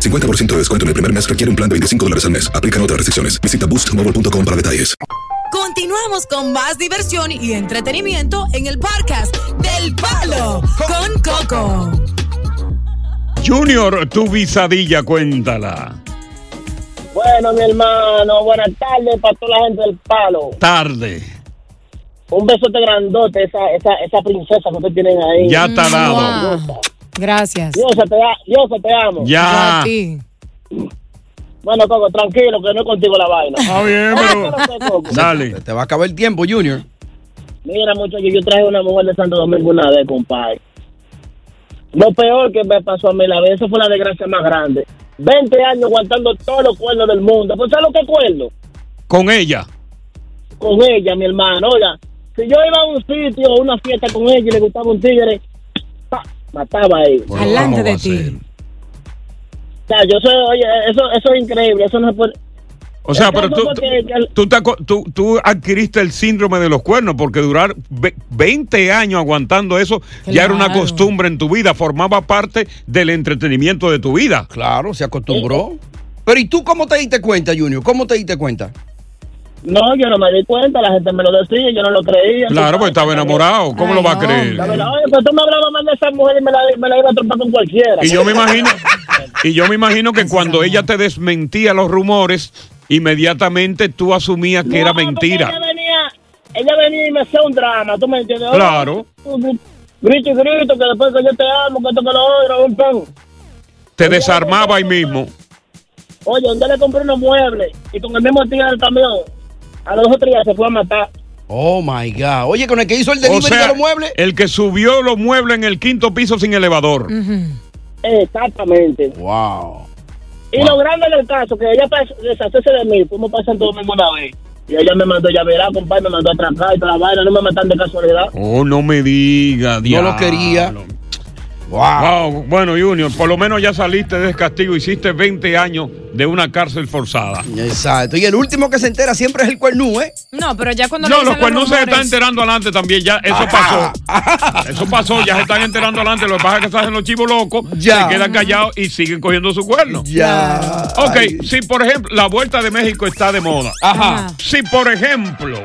S1: 50% de descuento en el primer mes requiere un plan de 25 dólares al mes. Aplican otras restricciones. Visita boostmobile.com para detalles.
S14: Continuamos con más diversión y entretenimiento en el podcast del Palo con Coco.
S3: Junior, tu visadilla, cuéntala.
S15: Bueno, mi hermano, buenas tardes para toda la gente del palo.
S3: Tarde.
S15: Un besote grandote, esa, esa, esa princesa que ustedes tienen ahí.
S3: Ya está dado.
S15: Gracias. Diosa, te, a- Diosa, te amo.
S3: Ya. A
S15: Bueno, Coco, tranquilo, que no es contigo la vaina. Ah,
S3: Está bien,
S15: pero...
S3: Dale.
S4: Te va a acabar el tiempo, Junior.
S15: Mira, muchachos, yo traje una mujer de Santo Domingo una vez, compadre. Lo peor que me pasó a mí la vez, eso fue la desgracia más grande. 20 años aguantando todos los cuernos del mundo. ¿Pues sabes lo que es cuerno?
S3: Con ella.
S15: con ella, mi hermano. Oiga, si yo iba a un sitio o una fiesta con ella y le gustaba un tigre, pa, mataba a ella.
S14: Alante de ti.
S15: O sea, yo soy, oye, eso, eso es increíble. Eso no se puede.
S3: O sea,
S15: Es
S3: pero
S15: algo
S3: tú,
S15: porque-
S3: tú, te aco- tú- tú adquiriste el síndrome de los cuernos porque durar ve- 20 años aguantando eso ya era una
S4: Claro.
S3: costumbre en tu vida, formaba parte del entretenimiento de tu vida.
S4: Claro, se acostumbró.
S15: Eh,
S4: Pero ¿y tú cómo te diste cuenta, Junior? ¿Cómo te diste cuenta?
S15: No, yo no me di cuenta, la gente me lo decía, yo no lo creía.
S3: Claro, porque estaba enamorado. ¿Cómo lo va a creer?
S15: La verdad, oye, pues tú me hablabas mal de esa mujer y me la, me la iba a trompar con cualquiera.
S3: Y yo me imagino, y yo me imagino que cuando ella te desmentía los rumores, inmediatamente tú asumías que era mentira.
S15: Ella venía, ella venía y me hacía un drama, ¿tú me entiendes? Oye,
S3: Claro.
S15: tú gri- Grito y grito, que después que yo te amo, que esto que lo otro, un pan.
S3: Te desarmaba ahí mismo.
S15: Oye, un día le compré unos muebles y con el mismo tiro del camión, a los otros ya se fue a matar.
S4: Oh my God. Oye, con el que hizo el delivery
S3: O sea,
S4: de los muebles.
S3: El que subió los muebles en el quinto piso sin elevador.
S4: Mm.
S15: Exactamente.
S4: Wow.
S15: Y lo grande del caso, que ella pa- deshacerse de mí, fuimos para Santo Domingo una vez. Y ella me mandó, ya verá, compadre, me mandó a trancar y toda la vaina, no me matan de casualidad.
S3: Oh, no me diga, Dios.
S15: lo quería.
S3: Wow. Bueno, Junior, por lo menos ya saliste de ese castigo. Hiciste 20 años de una cárcel forzada.
S4: Exacto. Y el último que se entera siempre es el cuernú, ¿eh?
S7: No, pero ya cuando
S3: No,
S7: le
S3: los
S7: dicen
S3: cuernos se
S7: rumores-
S3: están enterando adelante también, ya eso pasó. Eso pasó, ya se están enterando adelante. Lo que pasa es que se hacen los chivos locos,
S4: Ya.
S3: se quedan callados y siguen cogiendo su cuerno.
S4: Ya.
S3: Ok, si por ejemplo, la vuelta de México está de moda.
S4: Ajá.
S3: Si por ejemplo,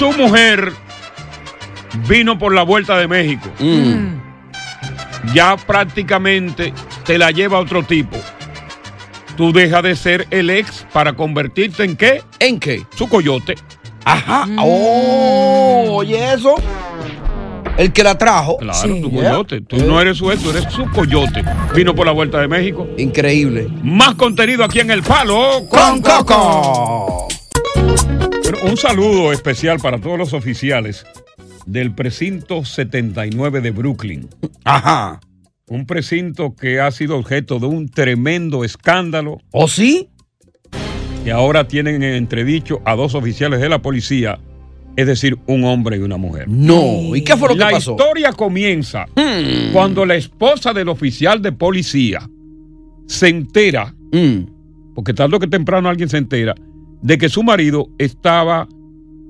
S3: tu mujer vino por la vuelta de México, ya prácticamente te la lleva otro tipo. Tú dejas de ser el ex para convertirte en qué?
S4: ¿En qué?
S3: Su coyote.
S4: Ajá. Oh, oye eso. El que la trajo.
S3: Claro, tu coyote. Tú no eres su ex, tú eres su coyote. Vino por la Vuelta de México.
S4: Increíble.
S3: Más contenido aquí en El Palo
S4: con Coco.
S3: Bueno, un saludo especial para todos los oficiales del precinto 79 de Brooklyn.
S4: Ajá.
S3: Un precinto que ha sido objeto de un tremendo escándalo.
S4: ¿O ¿Oh, sí?
S3: Y ahora tienen en entredicho a dos oficiales de la policía, es decir, un hombre y una mujer.
S4: No. ¿Y qué fue lo que pasó? Hmm.
S3: La historia comienza cuando la esposa del oficial de policía se entera,
S4: Hmm.
S3: porque tarde o que temprano alguien se entera, de que su marido estaba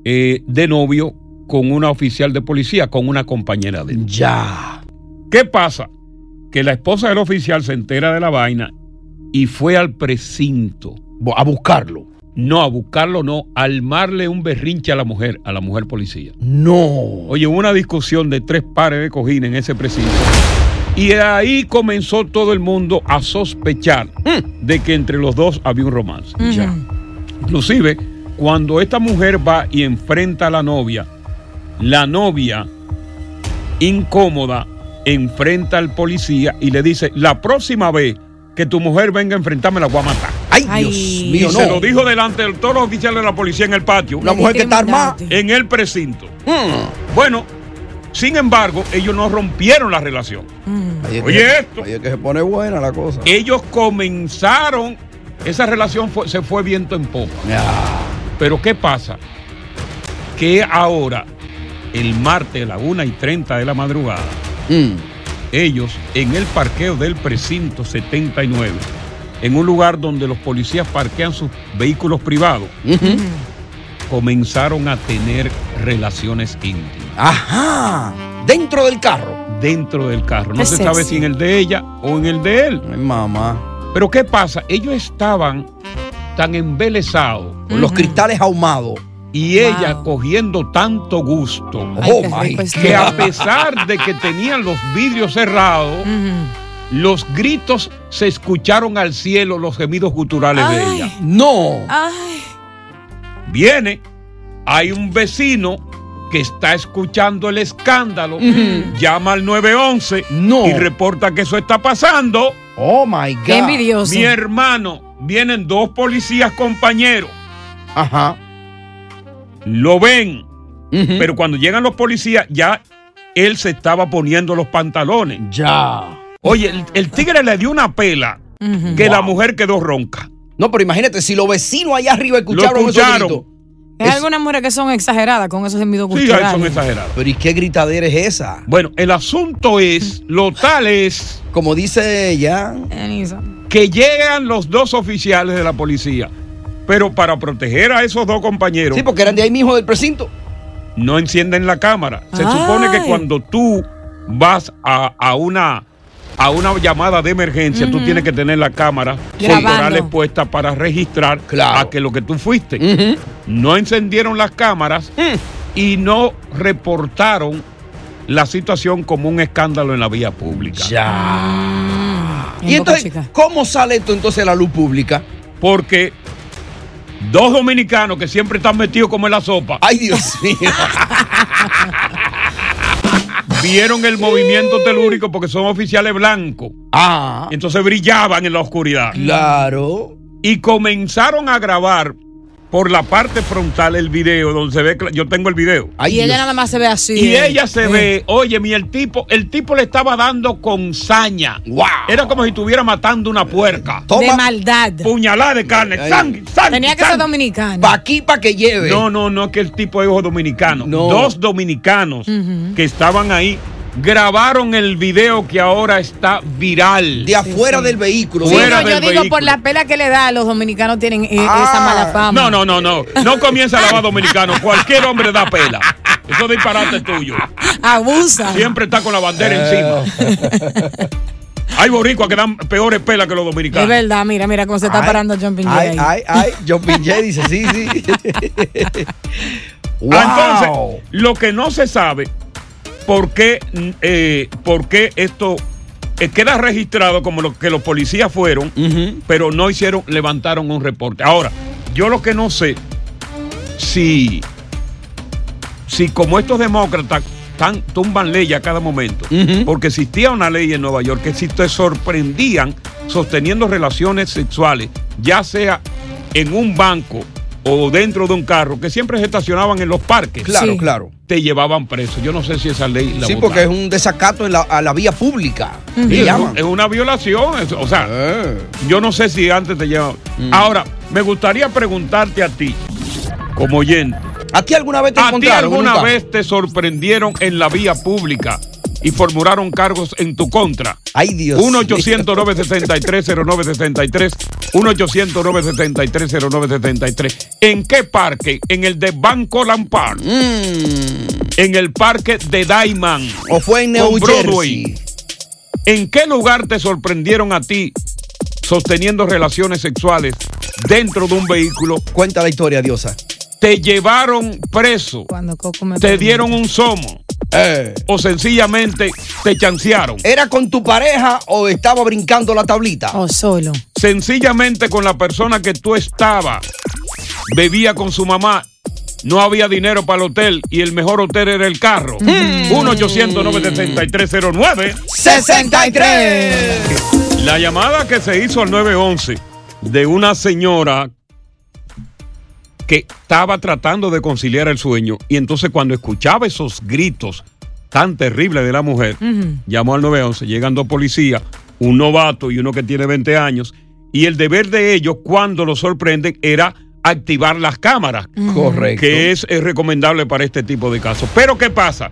S3: eh, de novio con una oficial de policía, con una compañera de él.
S4: Ya.
S3: ¿Qué pasa? Que la esposa del oficial se entera de la vaina y fue al precinto.
S4: A buscarlo.
S3: No, a buscarlo no, a armarle un berrinche a la mujer, a la mujer policía.
S4: No.
S3: Oye, hubo una discusión de tres pares de cojines en ese precinto. Y de ahí comenzó todo el mundo a sospechar
S4: Mm.
S3: de que entre los dos había un romance.
S27: Ya.
S3: Inclusive, cuando esta mujer va y enfrenta a la novia, la novia, incómoda, enfrenta al policía y le dice, la próxima vez que tu mujer venga a enfrentarme la voy a matar.
S4: ¡Ay,
S3: Dios mío! Y se lo dijo delante de todos los oficiales de la policía en el patio.
S4: Una mujer que está armada. Mm.
S3: En el precinto. Bueno, sin embargo, ellos no rompieron la relación. Mm.
S4: Ahí es que-
S3: Oye esto.
S4: ahí es que se pone buena la cosa.
S3: Ellos comenzaron, esa relación fue- se fue viento en popa. Pero ¿qué pasa? Que ahora, el martes a la 1 y 30 de la madrugada,
S4: Mm.
S3: ellos en el parqueo del precinto 79, en un lugar donde los policías parquean sus vehículos privados, comenzaron a tener relaciones íntimas.
S4: Ajá. Dentro del carro.
S3: Dentro del carro. No
S4: Qué
S3: se sabe
S4: sexy.
S3: si en el de ella o en el de él.
S4: mamá.
S3: Pero ¿qué pasa? Ellos estaban tan embelesados.
S4: Con los cristales ahumados.
S3: Y ella cogiendo tanto gusto.
S4: Ay, qué rico está.
S3: Que a pesar de que tenían los vidrios cerrados, los gritos se escucharon al cielo, los gemidos guturales de
S27: Ay.
S3: ella.
S4: ¡No!
S27: Ay.
S3: viene, hay un vecino que está escuchando el escándalo, llama al 911 y reporta que eso está pasando.
S4: Oh my
S3: God.
S7: Qué envidioso.
S3: Mi hermano, vienen dos policías compañeros.
S4: Ajá.
S3: Lo ven, pero cuando llegan los policías ya él se estaba poniendo los pantalones.
S4: Ya.
S3: Oye, el, el tigre le dio una pela que la mujer quedó ronca.
S4: No, pero imagínate, si los vecinos allá arriba escucharon,
S3: Lo
S4: esos
S3: escucharon.
S4: gritos.
S7: Hay algunas mujeres que son exageradas con esos gemidos
S3: Sí, ahí
S7: culturales.
S3: son exagerados.
S4: Pero ¿y qué gritadera es esa?
S3: Bueno, el asunto es, lo tal es.
S4: Como dice ella.
S7: Elisa.
S3: que llegan los dos oficiales de la policía, pero para proteger a esos dos compañeros. Sí,
S4: porque eran de ahí mismo del precinto.
S3: No encienden la cámara. Se
S4: Ay.
S3: supone que cuando tú vas a, a una a una llamada de emergencia, tú tienes que tener la cámara
S27: Grabando.
S3: corporales puesta para registrar a que lo que tú fuiste. No encendieron las cámaras
S4: Mm.
S3: y no reportaron la situación como un escándalo en la vía pública. Ya.
S4: Y entonces, ¿cómo sale esto entonces a la luz pública?
S3: Porque dos dominicanos que siempre están metidos como en la sopa.
S4: Ay, Dios mío.
S3: Vieron el movimiento telúrico porque son oficiales blancos.
S4: Ah.
S3: Entonces brillaban en la oscuridad.
S4: Claro.
S3: Y comenzaron a grabar por la parte frontal el video donde se ve. cla- Yo tengo el video.
S7: y ella nada más se ve así.
S3: Y ella se ve, oye, mi el tipo, el tipo le estaba dando con saña. Era como si estuviera matando una puerca.
S7: De maldad.
S3: Puñalada de carne. Sangre, sangre,
S7: Tenía que ser
S3: sangre.
S7: dominicana.
S4: Pa' aquí, pa' que lleve.
S3: No, no, no, que el tipo es ojo dominicano. Dos dominicanos
S7: Ujú.
S3: que estaban ahí grabaron el video que ahora está viral. De
S4: afuera del vehículo.
S7: Sí,
S3: Fuera
S7: no, yo
S3: del Ah.
S7: digo, por la pela que le da, los dominicanos tienen eh, esa mala fama.
S3: No, no, no, no. No comienza a lavar dominicano. Cualquier hombre da pela. Eso disparate es tuyo.
S7: Abusa.
S3: Siempre está con la bandera encima.
S4: Eh.
S3: Hay boricuas que dan peores pelas que los
S7: Es
S3: dominicanos.
S7: verdad, mira, mira cómo se está parando John Piñera
S4: Ay,
S7: ahí.
S4: ay, ay. John Pinjay dice, sí, sí. Wow.
S3: Entonces, lo que no se sabe, ¿por qué, mm, eh, por qué esto eh, queda registrado como lo que los policías fueron, pero no hicieron, levantaron un reporte? Ahora, yo lo que no sé, si, si como estos demócratas tan, tumban ley a cada momento, porque existía una ley en Nueva York que si te sorprendían sosteniendo relaciones sexuales, ya sea en un banco o dentro de un carro, que siempre se estacionaban en los parques.
S4: Claro, Sí. claro.
S3: Te llevaban preso. Yo no sé si esa ley la
S4: sí,
S3: votaron.
S4: porque es un desacato en la- a la vía pública.
S3: Sí,
S4: Le
S3: es,
S4: llaman.
S3: un- es una violación. es- o sea,
S4: Ah.
S3: yo no sé si antes te llevaban.
S4: Mm.
S3: Ahora, me gustaría preguntarte a ti, como oyente.
S4: ¿A ti alguna vez
S3: te ¿A ti
S4: encontraron en un
S3: alguna
S4: carro?
S3: vez te sorprendieron en la vía pública y formularon cargos en tu contra?
S4: Ay, Dios.
S3: 1 800 963 0963 1 800 963 0963 ¿En qué parque? En el de Banco Lampard.
S4: Mm.
S3: En el parque de Diamond.
S4: ¿O fue en New
S3: ¿En qué lugar te sorprendieron a ti sosteniendo relaciones sexuales dentro de un vehículo?
S4: Cuenta la historia, diosa.
S3: Te llevaron preso.
S7: Cuando Coco me
S3: Te dieron un somo.
S4: Eh.
S3: O sencillamente te chancearon.
S4: ¿Era con tu pareja o estaba brincando la tablita?
S7: O solo.
S3: Sencillamente con la persona que tú estabas, bebía con su mamá, no había dinero para el hotel y el mejor hotel era el carro. 1 800 96309
S4: 63
S3: La llamada que se hizo al 911 de una señora que estaba tratando de conciliar el sueño y entonces cuando escuchaba esos gritos tan terribles de la mujer,
S27: Ujú.
S3: llamó al 911, llegan dos policías, un novato y uno que tiene 20 años, y el deber de ellos cuando lo sorprenden era activar las cámaras,
S4: Ujú. Correcto.
S3: que es, es recomendable para este tipo de casos. Pero ¿qué pasa?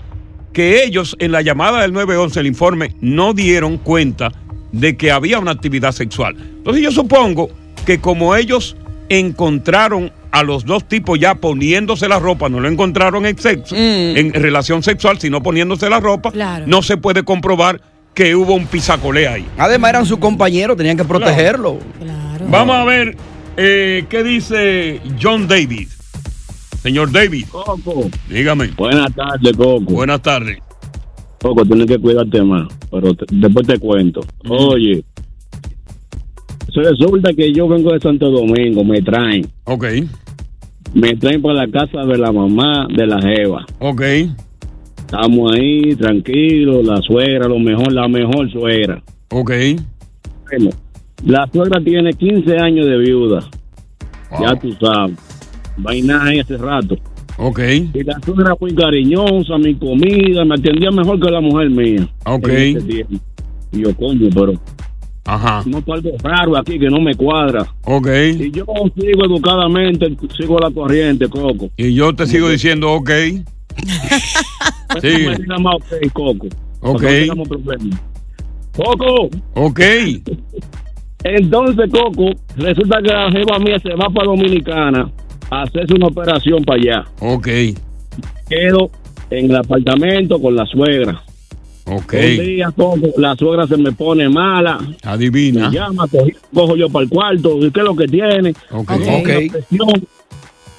S3: Que ellos en la llamada del 911, el informe, no dieron cuenta de que había una actividad sexual. Entonces yo supongo que como ellos encontraron a los dos tipos ya poniéndose la ropa, no lo encontraron en sexo, en relación sexual, sino poniéndose la ropa,
S4: Claro.
S3: no se puede comprobar que hubo un pisacolé ahí.
S4: Además, eran sus compañeros, tenían que protegerlo.
S3: Vamos a ver eh, qué dice John David. Señor David. Dígame.
S28: Buenas tardes, Coco. Buenas
S3: tardes.
S28: Coco, tienes que cuidarte más, pero te- después te cuento. Oye, se resulta que yo vengo de Santo Domingo, me traen.
S3: Ok.
S28: Me traen para la casa de la mamá de la Jeva.
S3: Ok.
S28: Estamos ahí, tranquilos, la suegra, lo mejor, la mejor suegra.
S3: Ok.
S28: Bueno, la suegra tiene 15 años de viuda. Ya tú sabes. Vaina ahí hace rato.
S3: Ok.
S28: Y la suegra fue cariñosa, mi comida, me atendía mejor que la mujer mía.
S3: Ok.
S28: En ese tiempo. Y yo, coño, pero.
S3: Ajá.
S28: Noto algo raro aquí que no me cuadra.
S3: Ok.
S28: Y yo sigo educadamente, sigo la corriente, Coco.
S3: Y yo te sigo diciendo, ok.
S28: Sí.
S3: Sí.
S28: Me diga más ok, Coco. para que
S3: Ok.
S28: No tengamos problemas. Coco.
S3: Ok.
S28: Entonces, Coco, resulta que la jeva mía se va para Dominicana a hacerse una operación para allá.
S3: Ok.
S28: Quedo en el apartamento con la suegra.
S3: Ok.
S28: Un día, Coco, la suegra se me pone mala.
S3: Adivina.
S28: Me llama, co- cojo yo para el cuarto, ¿qué es lo que tiene?
S3: Ok.
S28: Tengo
S3: Ok.
S28: una presión.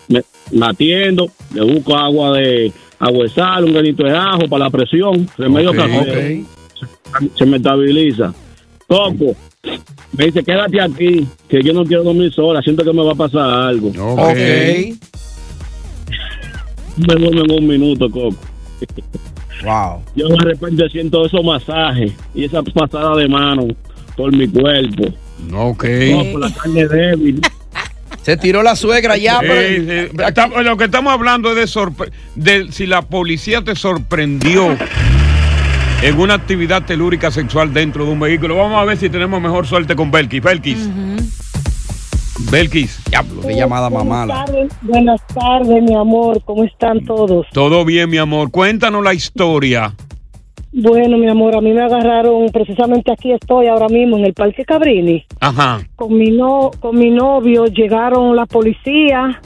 S28: Me, me atiendo, le busco agua de agua de sal, un granito de ajo para la presión, remedio
S3: Ok,
S28: casero. Se, se me estabiliza. Coco, me dice, quédate aquí, que yo no quiero dormir sola, siento que me va a pasar algo.
S3: Ok.
S28: Me duermo en un minuto, Coco.
S4: Wow.
S28: Yo de repente siento esos masajes y esa pasada de mano por mi cuerpo.
S3: Ok.
S28: Coco, la carne débil.
S4: Se tiró la suegra ya. pero-
S3: Eh, eh, está- lo que estamos hablando es de, sorpre- de si la policía te sorprendió en una actividad telúrica sexual dentro de un vehículo. Vamos a ver si tenemos mejor suerte con Belkis. Belkis. Belkis. Diablo,
S4: qué llamada más mala.
S27: Buenas tardes, mi amor. ¿Cómo están todos?
S3: Todo bien, mi amor. Cuéntanos la historia.
S27: Bueno, mi amor, a mí me agarraron, precisamente aquí estoy ahora mismo en el Parque Cabrini.
S3: Ajá.
S27: Con mi, no, con mi novio llegaron la policía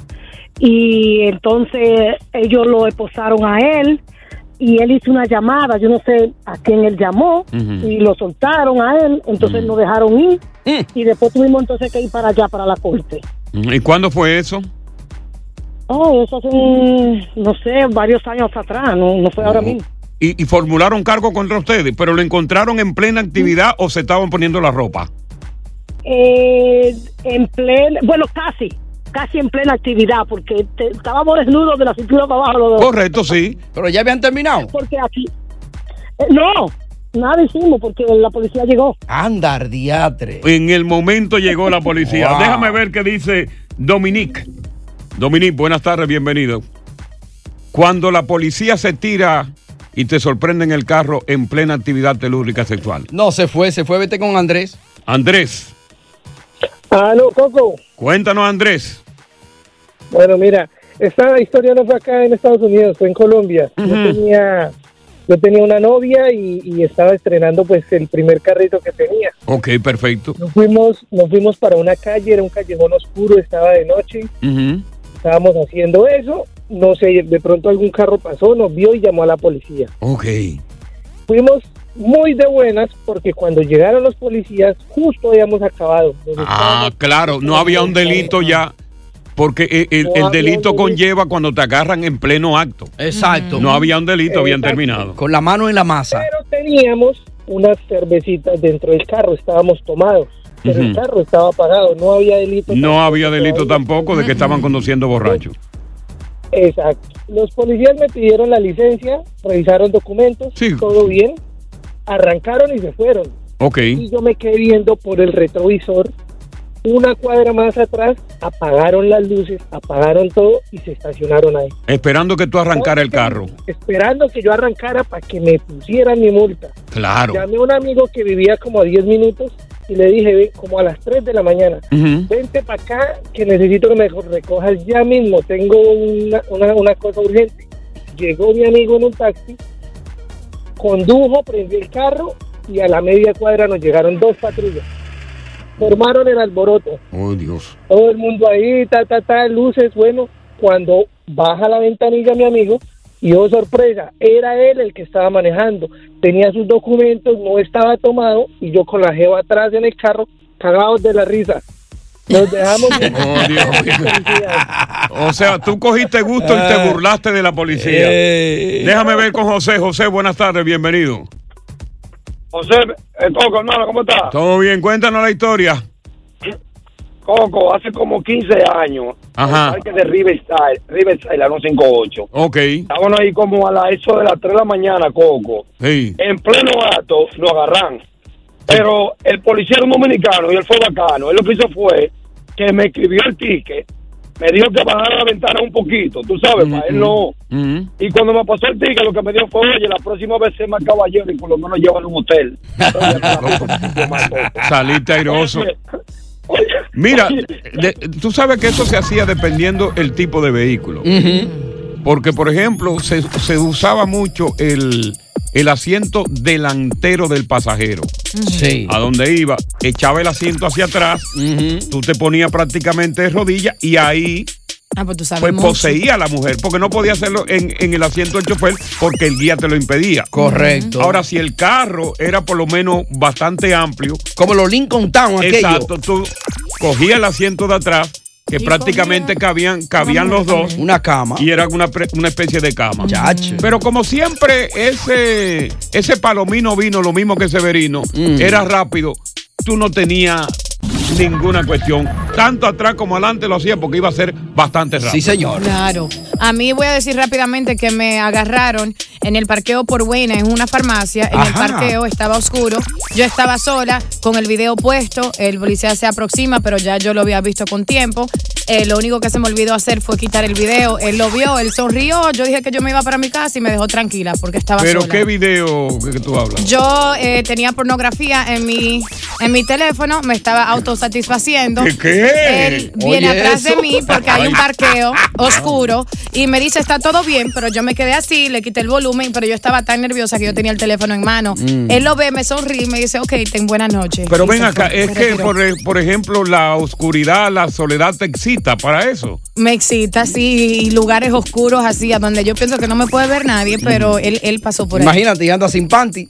S27: y entonces ellos lo esposaron a él y él hizo una llamada, yo no sé a quién él llamó
S29: Ujú.
S27: y lo soltaron a él, entonces lo dejaron ir y después tuvimos entonces que ir para allá, para la corte.
S3: ¿Y cuándo fue eso?
S27: Oh, eso hace, un- no sé, varios años atrás, no, no fue ahora mismo.
S3: Y, y formularon cargo contra ustedes, pero lo encontraron en plena actividad o se estaban poniendo la ropa.
S27: Eh, en plena, bueno, casi, casi en plena actividad, porque te- estábamos desnudos de la cintura para abajo. Los dos.
S3: Correcto, sí.
S4: Pero ya habían terminado.
S27: Porque aquí, eh, no, nada hicimos porque la policía llegó.
S4: Andar, diatre.
S3: En el momento llegó la policía.
S4: Wow.
S3: Déjame ver qué dice Dominique. Dominique, buenas tardes, bienvenido. Cuando la policía se tira y te sorprende en el carro en plena actividad telúrica sexual.
S4: No, se fue, se fue, vete con Andrés.
S3: Andrés,
S29: Aló, Coco.
S3: cuéntanos, Andrés.
S29: Bueno, mira, esta historia no fue acá en Estados Unidos, fue en Colombia. Yo tenía yo tenía una novia y, y estaba estrenando pues el primer carrito que tenía.
S3: Ok, perfecto.
S29: Nos fuimos, nos fuimos para una calle, era un callejón oscuro, estaba de noche,
S3: Ujú.
S29: estábamos haciendo eso, no sé, de pronto algún carro pasó, nos vio y llamó a la policía.
S7: Oh.
S3: Ok.
S29: Fuimos muy de buenas porque cuando llegaron los policías justo habíamos acabado. Nos
S3: Ah, claro, no había un delito ya. Porque e- el,
S29: No
S3: el
S29: había
S3: delito
S29: un delito.
S3: conlleva cuando te agarran en pleno acto.
S29: Exacto.
S3: No había un delito, habían
S29: Exacto.
S3: terminado.
S4: Con la mano en la masa.
S29: teníamos unas cervecitas dentro del carro, estábamos tomados, pero el
S3: Ujú.
S29: carro estaba apagado, no había delito.
S3: No había delito tampoco de que estaban conduciendo borrachos.
S29: Exacto. Los policías me pidieron la licencia, revisaron documentos, todo bien, arrancaron y se fueron.
S3: Ok.
S29: Y yo me quedé viendo por el retrovisor, una cuadra más atrás, apagaron las luces, apagaron todo y se estacionaron ahí,
S3: Esperando que tú arrancara el carro.
S29: esperando que yo arrancara para que me pusieran mi multa.
S3: Claro.
S29: Llamé a un amigo que vivía como a 10 minutos y le dije, "Ven, como a las 3 de la mañana,
S3: Ujú.
S29: vente para acá que necesito que me recojas ya mismo, tengo una, una, una cosa urgente. Llegó mi amigo en un taxi, condujo, prendió el carro y a la media cuadra nos llegaron dos patrullas. Formaron el alboroto,
S3: Oh, Dios.
S29: todo el mundo ahí, ta, ta, ta, luces, bueno, cuando baja la ventanilla mi amigo, y oh sorpresa, era él el que estaba manejando, tenía sus documentos, no estaba tomado, y yo con la jeva atrás en el carro, cagados de la risa. Nos dejamos
S3: Oh, Dios mío. O sea, tú cogiste gusto y te burlaste de la policía. Déjame ver con José. José, buenas tardes, bienvenido.
S18: José, eh, Coco, hermano, ¿cómo
S29: Ah.
S18: estás?
S3: Todo bien, cuéntanos la historia.
S18: Coco, hace como 15 años,
S3: Ajá.
S18: parque de Riverside, Riverside, la 158.
S3: Ok.
S18: Estábamos ahí como a la, eso de las 3 de la mañana, Coco.
S3: Sí.
S18: En pleno acto lo agarran. Pero el policía era un dominicano y él fue bacano. Él lo que hizo fue que me escribió el ticket, me dijo que bajara la ventana un poquito, tú sabes,
S3: Mm,
S18: para él no. Y cuando me pasó el ticket, lo que me dijo fue, oye, la próxima vez sé más caballero y por lo menos llévalo a un hotel.
S3: Saliste airoso. Mira, de- tú sabes que eso se hacía dependiendo el tipo de vehículo. Porque, por ejemplo, se, se usaba mucho el, el asiento delantero del pasajero.
S4: Sí.
S3: a donde iba, echaba el asiento hacia atrás, tú te ponías prácticamente de rodillas y ahí
S7: Ah, pues tú sabes.
S3: pues
S7: mucho.
S3: poseía a la mujer, porque no podía hacerlo en, en el asiento del chofer porque el guía te lo impedía.
S4: Correcto.
S3: Ahora, si el carro era por lo menos bastante amplio.
S4: Como los Lincoln Town, aquello.
S3: Exacto, tú cogías el asiento de atrás, que prácticamente cabían, cabían los dos.
S4: Una cama.
S3: Y era una, pre- una especie de cama. Pero como siempre, ese, ese palomino vino, lo mismo que Severino,
S4: Mm.
S3: era rápido. Tú no tenías ninguna cuestión. Tanto atrás como adelante lo hacía porque iba a ser bastante rápido.
S4: Sí, señor.
S7: Claro. A mí voy a decir rápidamente que me agarraron en el parqueo por buena, en una farmacia. En el
S21: Ajá.
S7: parqueo estaba oscuro. Yo estaba sola, con el video puesto. El policía se aproxima, pero ya yo lo había visto con tiempo. Eh, lo único que se me olvidó hacer fue quitar el video. Él lo vio, él sonrió. Yo dije que yo me iba para mi casa y me dejó tranquila porque estaba
S3: Pero
S7: sola.
S3: qué video que tú hablas.
S7: Yo eh, tenía pornografía en mi, en mi teléfono, me estaba autosatisfaciendo.
S3: ¿Qué, qué?
S7: Él viene
S3: Oye,
S7: atrás
S3: eso.
S7: de mí porque hay un
S3: Ay. Ah.
S7: parqueo oscuro y me dice está todo bien, pero yo me quedé así, le quité el volumen, pero yo estaba tan nerviosa que yo tenía el teléfono en mano.
S3: Mm.
S7: Él lo ve, me sonríe y me dice, ok, ten buenas noches.
S3: Pero
S7: Y
S3: ven
S7: se
S3: acá,
S7: fue,
S3: es
S7: me
S3: que
S7: retiró.
S3: por, e- por ejemplo la oscuridad, la soledad te excita para eso.
S7: Me excita, sí, y lugares oscuros así, a donde yo pienso que no me puede ver nadie,
S3: Mm.
S7: pero él, él pasó por ahí.
S4: Imagínate, y anda sin panty.